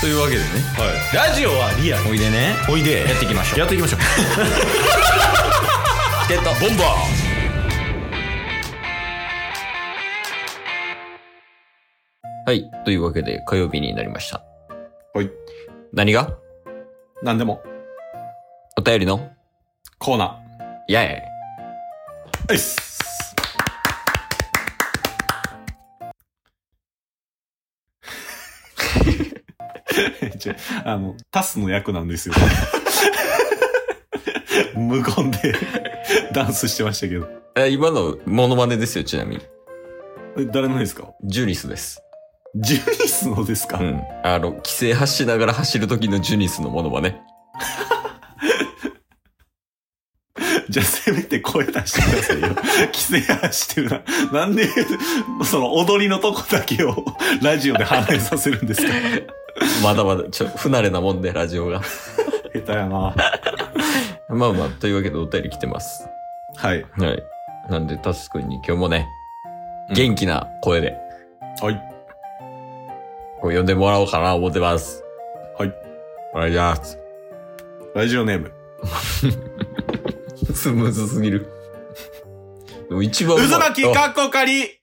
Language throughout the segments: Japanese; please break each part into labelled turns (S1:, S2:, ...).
S1: というわけでね
S2: ラジオはリアル
S1: おいでね
S2: おいで
S1: やっていきましょう
S2: やってい きましょう
S1: チケットボンバーはい。というわけで、火曜日になりました。
S2: はい。
S1: 何が
S2: 何でも
S1: お便りの
S2: コーナ
S1: やえ。
S2: ーうっすちょ あのタスの役なんですよ 無言で ダンスしてましたけど
S1: え、今のモノマネですよ、ちなみに。
S2: え誰のですか
S1: ジュニスです。
S2: ジュニスのですか、
S1: うん。あの、規制発しながら走る時のジュニスのモノマネ。
S2: じゃあせめて声出してくださいよ。 規制はしてるな。なんで、その踊りのとこだけを ラジオで反映させるんですか
S1: まだまだ、ちょ、不慣れなもんで、ラジオ が。
S2: 下手やな。
S1: まあまあ、というわけでお便り来てます。
S2: はい。
S1: はい。なんで、タス君に今日もね、
S2: うん
S1: 元気な声で、
S2: はい。
S1: こう呼んでもらおうかな思ってます。
S2: はい。
S1: お願いします。
S2: ラジオネーム。
S1: スムーズすぎる。でも一番うまい
S2: 渦巻きかっこか り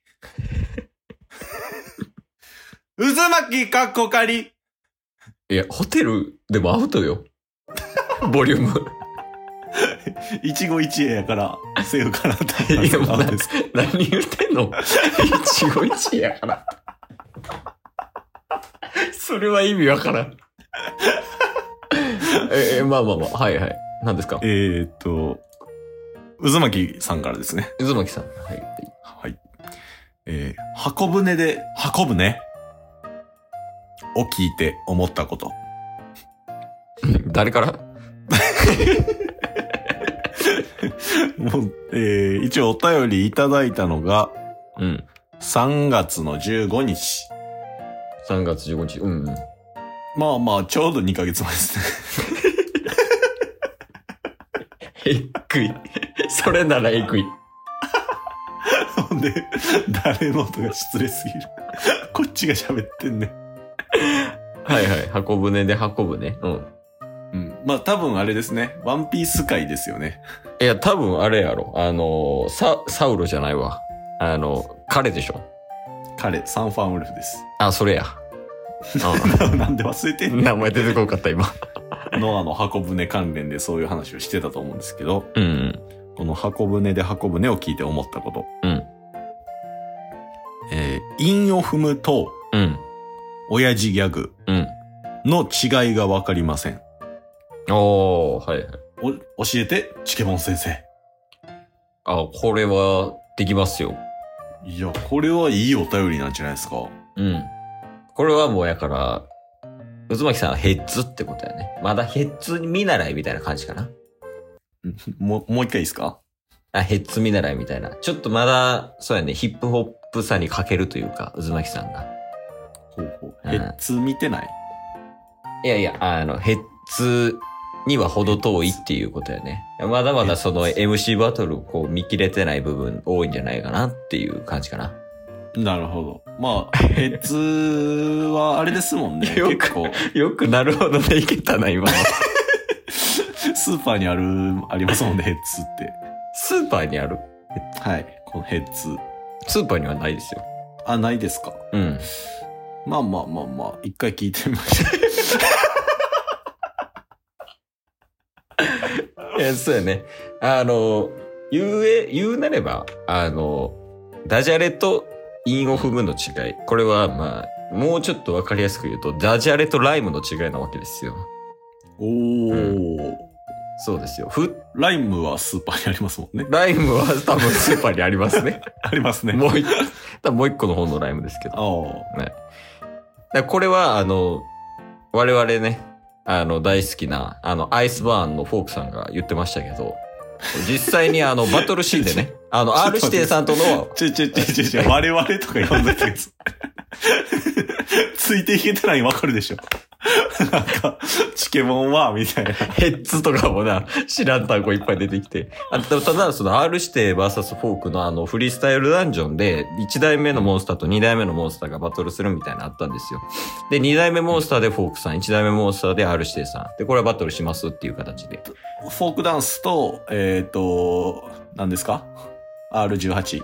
S2: 渦巻きかっこかり
S1: いや、ホテルでもアウト よ。ボリューム。
S2: 一期一会やから、セーフかなと思
S1: いや もう
S2: ったんですけ
S1: 何言ってんの一期一会やから。それは意味わからん。え、えまあまあまあ、はいはい。何ですか
S2: ど。えーっと、渦巻きさんからですね。
S1: 渦巻さん。はい。
S2: はい。えー、箱舟で、運ぶね。を聞いて思ったこと。
S1: 誰から
S2: もう、えー、一応お便りいただいたのが、
S1: うん。
S2: 3月の15日。
S1: 3月15日。うんうん。
S2: まあまあ、ちょうど2ヶ月前ですね。
S1: えっくい。 それならえっくい。
S2: ほんで、誰の音が失礼すぎる。こっちが喋ってんね。
S1: はいはい。箱舟で運ぶね。うん。
S2: うん。まあ多分あれですね。ワンピース界ですよね。
S1: いや、多分あれやろ。あの、サ、サウロじゃないわ。あの、彼でしょ。
S2: 彼、サンファンウルフです。
S1: あ、そ れや。
S2: なんで忘れて
S1: うんん。
S2: ね
S1: 名前出てこんかった、今。
S2: んノアの箱舟関連でそういう話をしてたと思うんですけど、
S1: うん。
S2: この箱舟で箱舟を聞いて思ったこと。
S1: うん。
S2: えー、韻を踏むと、
S1: うん。
S2: 親父ギャグ
S1: うん。
S2: の違いがわかりません。
S1: おー、はいはい。
S2: お、教えて、チケモン先生。
S1: あ、これは、できますよ。
S2: いや、これはいいお便りなんじゃないですか。
S1: うん。これはもうやから、渦巻さんはヘッズってことやね。まだヘッズ見習いみたいな感じかな。
S2: もう、もう一回いいですか
S1: あ、ヘッズ見習いみたいな。ちょっとまだ、そうやね、ヒップホップさに欠けるというか、渦巻さんが。
S2: ほうほ
S1: う
S2: うんヘッツ見てない
S1: いやいや、あの、ヘッズには程遠いっていうことやね。まだまだその
S2: ヘ
S1: MC バトルをこう見切れてない部分多いんじゃないかなっていう感じかな。
S2: なるほど。ま あ、ヘッツはあれですもんね。
S1: よく
S2: 結構、
S1: よくなるほどでいけたな、今。
S2: スーパーにある、ありますもんね、ヘッツって。
S1: スーパーにある
S2: はい。このヘッツ。
S1: スーパーにはないですよ。
S2: あ、ないですか。
S1: うん。
S2: まあまあまあまあ、一回聞いてみましょ
S1: えそうやね。あの、言うえ、言うなれば、あの、ダジャレと韻を踏むの違い。これは、まあ、もうちょっとわかりやすく言うと、ダジャレとライムの違いなわけですよ。
S2: う。 おー。
S1: そうですよ。ふ、
S2: ライムはスーパーにありますもんね。
S1: ライムは多分スーパーにあります ね。
S2: ありますね。
S1: もう一、多分もう一個の方のライムですけど。だか
S2: ああ。
S1: らこれは、あの、我々ね、あの、大好きな、あの、アイスバーンのフォークさんが言ってましたけど、実際にあの、バトルシーンでね、あの、
S2: ちょっと
S1: R
S2: 待
S1: 指
S2: っ
S1: 定
S2: て
S1: さんとの、
S2: ちょちょちょちょ ちょ、我々とか呼んでたやつ。ついていけたら分かるでしょ。なんか、チケモンは、みたいな。
S1: ヘッズとかもな、知らん単語いっぱい出てきて。あたただ、その R 指定 VS フォークのあのフリースタイルダンジョンで、1代目のモンスターと2代目のモンスターがバトルするみたいなのあったんですよ。で、2代目モンスターでフォークさん、1代目モンスターで R 指定さん。で、これはバトルしますっていう形で。
S2: フォークダンスと、えっ、と、何ですか ?R18。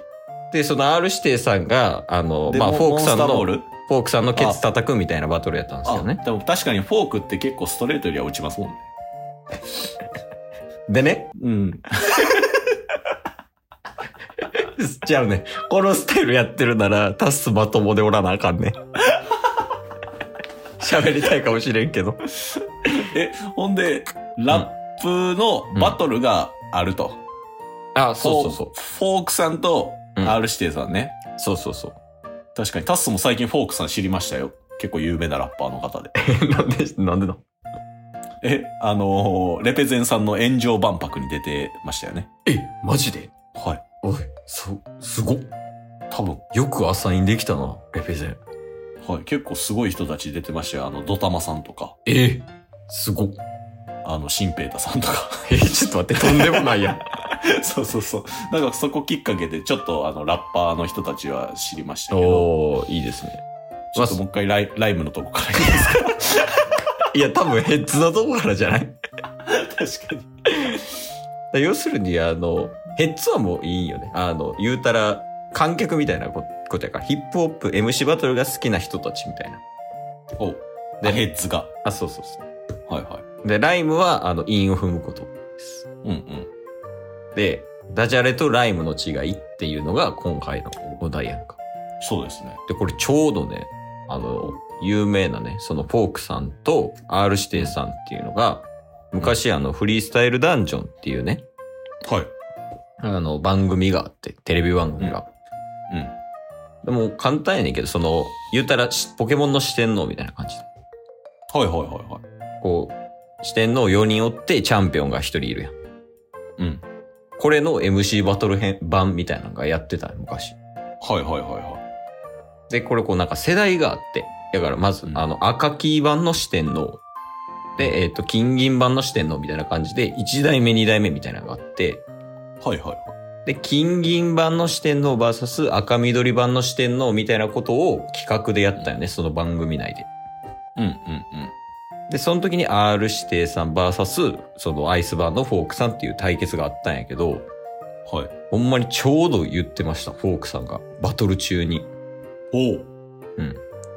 S1: で、その R 指定さんが、あの、
S2: で
S1: まあ、
S2: モ
S1: フォークさん
S2: モンスターボ
S1: の、
S2: ール
S1: フォークさんのケツ叩くみたいなバトルやったんですよ
S2: あ、
S1: ね。
S2: でも確かにフォークって結構ストレートよりは落ちますもんね。
S1: でね、
S2: うん。
S1: じゃあね、このスタイルやってるなら、タスまともでおらなあかんね。 喋りたいかもしれんけど。
S2: え、ほんで、ラップのバトルがあると。
S1: あ、そうそうそう。
S2: フォークさんと
S1: うん
S2: R 指定さんね。
S1: そうそうそう。
S2: 確かに、タッスも最近フォークさん知りましたよ。結構有名なラッパーの方で。
S1: なんで、なんでだ
S2: え、あのーレペゼンさんの炎上万博に出てましたよね。
S1: え、マジで
S2: はい。
S1: おい、そ、すごっ
S2: 多分。
S1: よくアサインできたな、レペゼン。
S2: はい。結構すごい人たち出てましたよ。あの、ドタマさんとか、
S1: え、すごっ
S2: あの、シンペータさんとか。
S1: え、ちょっと待って、とんでもないやん。
S2: そうそうそう。なんかそこきっかけで、ちょっとあの、ラッパーの人たちは知りましたけど、
S1: おー、いいですね。
S2: ちょっともう一回ライライムのとこからいいですか
S1: いや、多分ヘッズのとこからじゃない
S2: 確かに。
S1: 要するに、あの、ヘッズはもういいよね。あの、言うたら、観客みたいなこことやから、ヒップホップ、MC バトルが好きな人たちみたいな。
S2: お
S1: で
S2: で、ヘッズが。
S1: あ、そうそうそ
S2: はいは
S1: う。で、ライムは、あの、韻を踏むことです。
S2: い。うんうん。
S1: で、ダジャレとライムの違いっていうのが今回のお題やんか。
S2: そうですね。
S1: で、これちょうどね、あの、有名なね、そのフォークさんと R 指定さんっていうのが、昔あのフリースタイルダンジョンっていうね、
S2: はい。
S1: あの番組があって、テレビ番組が。
S2: うん。
S1: でも簡単やねんけど、その、言うたらしポケモンの四天王みたいな感じで。
S2: はいはいはいはい。
S1: こう、四天王4人おってチャンピオンが1人いるやん。
S2: うん。
S1: これの MC バトル編版みたいなのがやってたんよ昔。
S2: はいはいはいはい。
S1: で、これこうなんか世代があって。だからまず、
S2: うん
S1: あの、赤黄版の四天王。で、えっ、と、金銀版の四天王みたいな感じで、一代目、二代目みたいなのがあって、
S2: はいはいは
S1: で、金銀版の四天王 VS 赤緑版の四天王みたいなことを企画でやったよね、その番組内で。
S2: い。うんうんうん。
S1: で、その時に R 指定さん VS そのアイス版のフォークさんっていう対決があったんやけど、
S2: はい。
S1: ほんまにちょうど言ってました、フォークさんが。バトル中に。
S2: お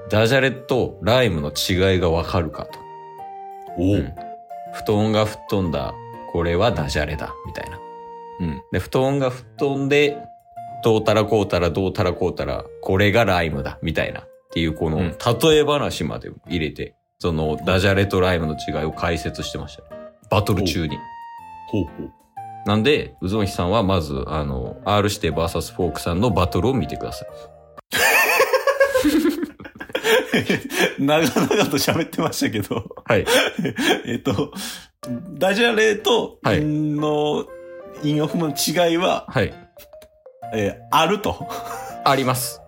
S1: ダジャレとライムの違いがわかるかと。
S2: お
S1: うん布団が吹っ飛んだ、これはダジャレだ、みたいな。
S2: うん。
S1: で、布団が吹っ飛んで、どうたらこうたらどうたらこうたら、これがライムだ、みたいな。っていう、この、
S2: うん
S1: 例え話まで入れて、その、ダジャレとライムの違いを解説してました、ね。バトル中に。
S2: ほうほう。
S1: なんで、うずもひさんはまず、あの、R 指定 VS フォークさんのバトルを見てください。
S2: 長々と喋ってましたけど。
S1: はい。
S2: えっと、ダジャレと
S1: はい
S2: 韻の、韻を踏む違いは、
S1: はい。
S2: えーあると。
S1: あります。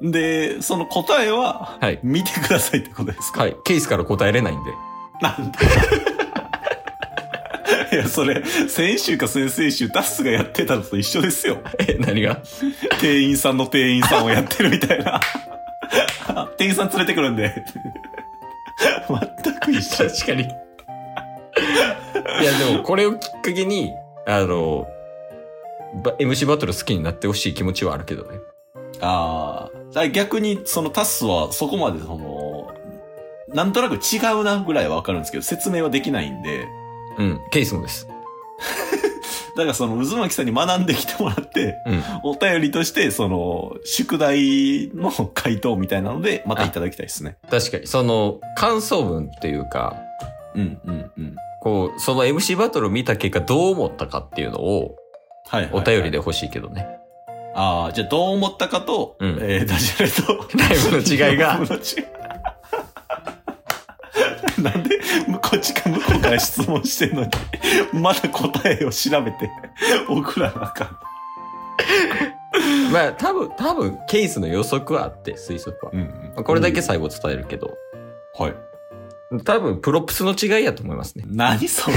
S2: で、その答えは、
S1: はい。
S2: 見てくださいってことですか、
S1: はい。ケースから答えれないんで。
S2: なんで いや、それ、先週か先々週、ダスがやってたのと一緒ですよ。
S1: え、何が
S2: 店員さんの店員さんをやってるみたいな。 店員さん連れてくるんで。 全く一緒。
S1: 確かに。いや、でもこれをきっかけに、あの、ば MC バトル好きになってほしい気持ちはあるけどね。
S2: ああ。だから逆に、そのタスはそこまでその、なんとなく違うなぐらいはわかるんですけど、説明はできないんで、
S1: うん、ケースもです。
S2: だからその渦巻さんに学んできてもらって、
S1: うん。
S2: お便りとして、その、宿題の回答みたいなので、またいただきたいですね。
S1: 確かに、その、感想文っていうか、
S2: うん、うん、うん。
S1: こう、その MC バトルを見た結果どう思ったかっていうのを
S2: はいはい、
S1: お便りで。欲しいけどね。
S2: ああ、じゃあどう思ったかと、
S1: うん
S2: えーダジャレと、
S1: ライブの違いが
S2: ライブの違い なんで、向こっちか向こうから質問してんのに、まだ答えを調べて、送らなあかん。
S1: まあ、多分、多分、ケースの予測はあって、推測は。
S2: うん
S1: これだけ最後伝えるけど、
S2: はい。
S1: 多分プロプスの違いやと思いますね。
S2: 何それ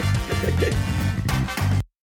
S3: す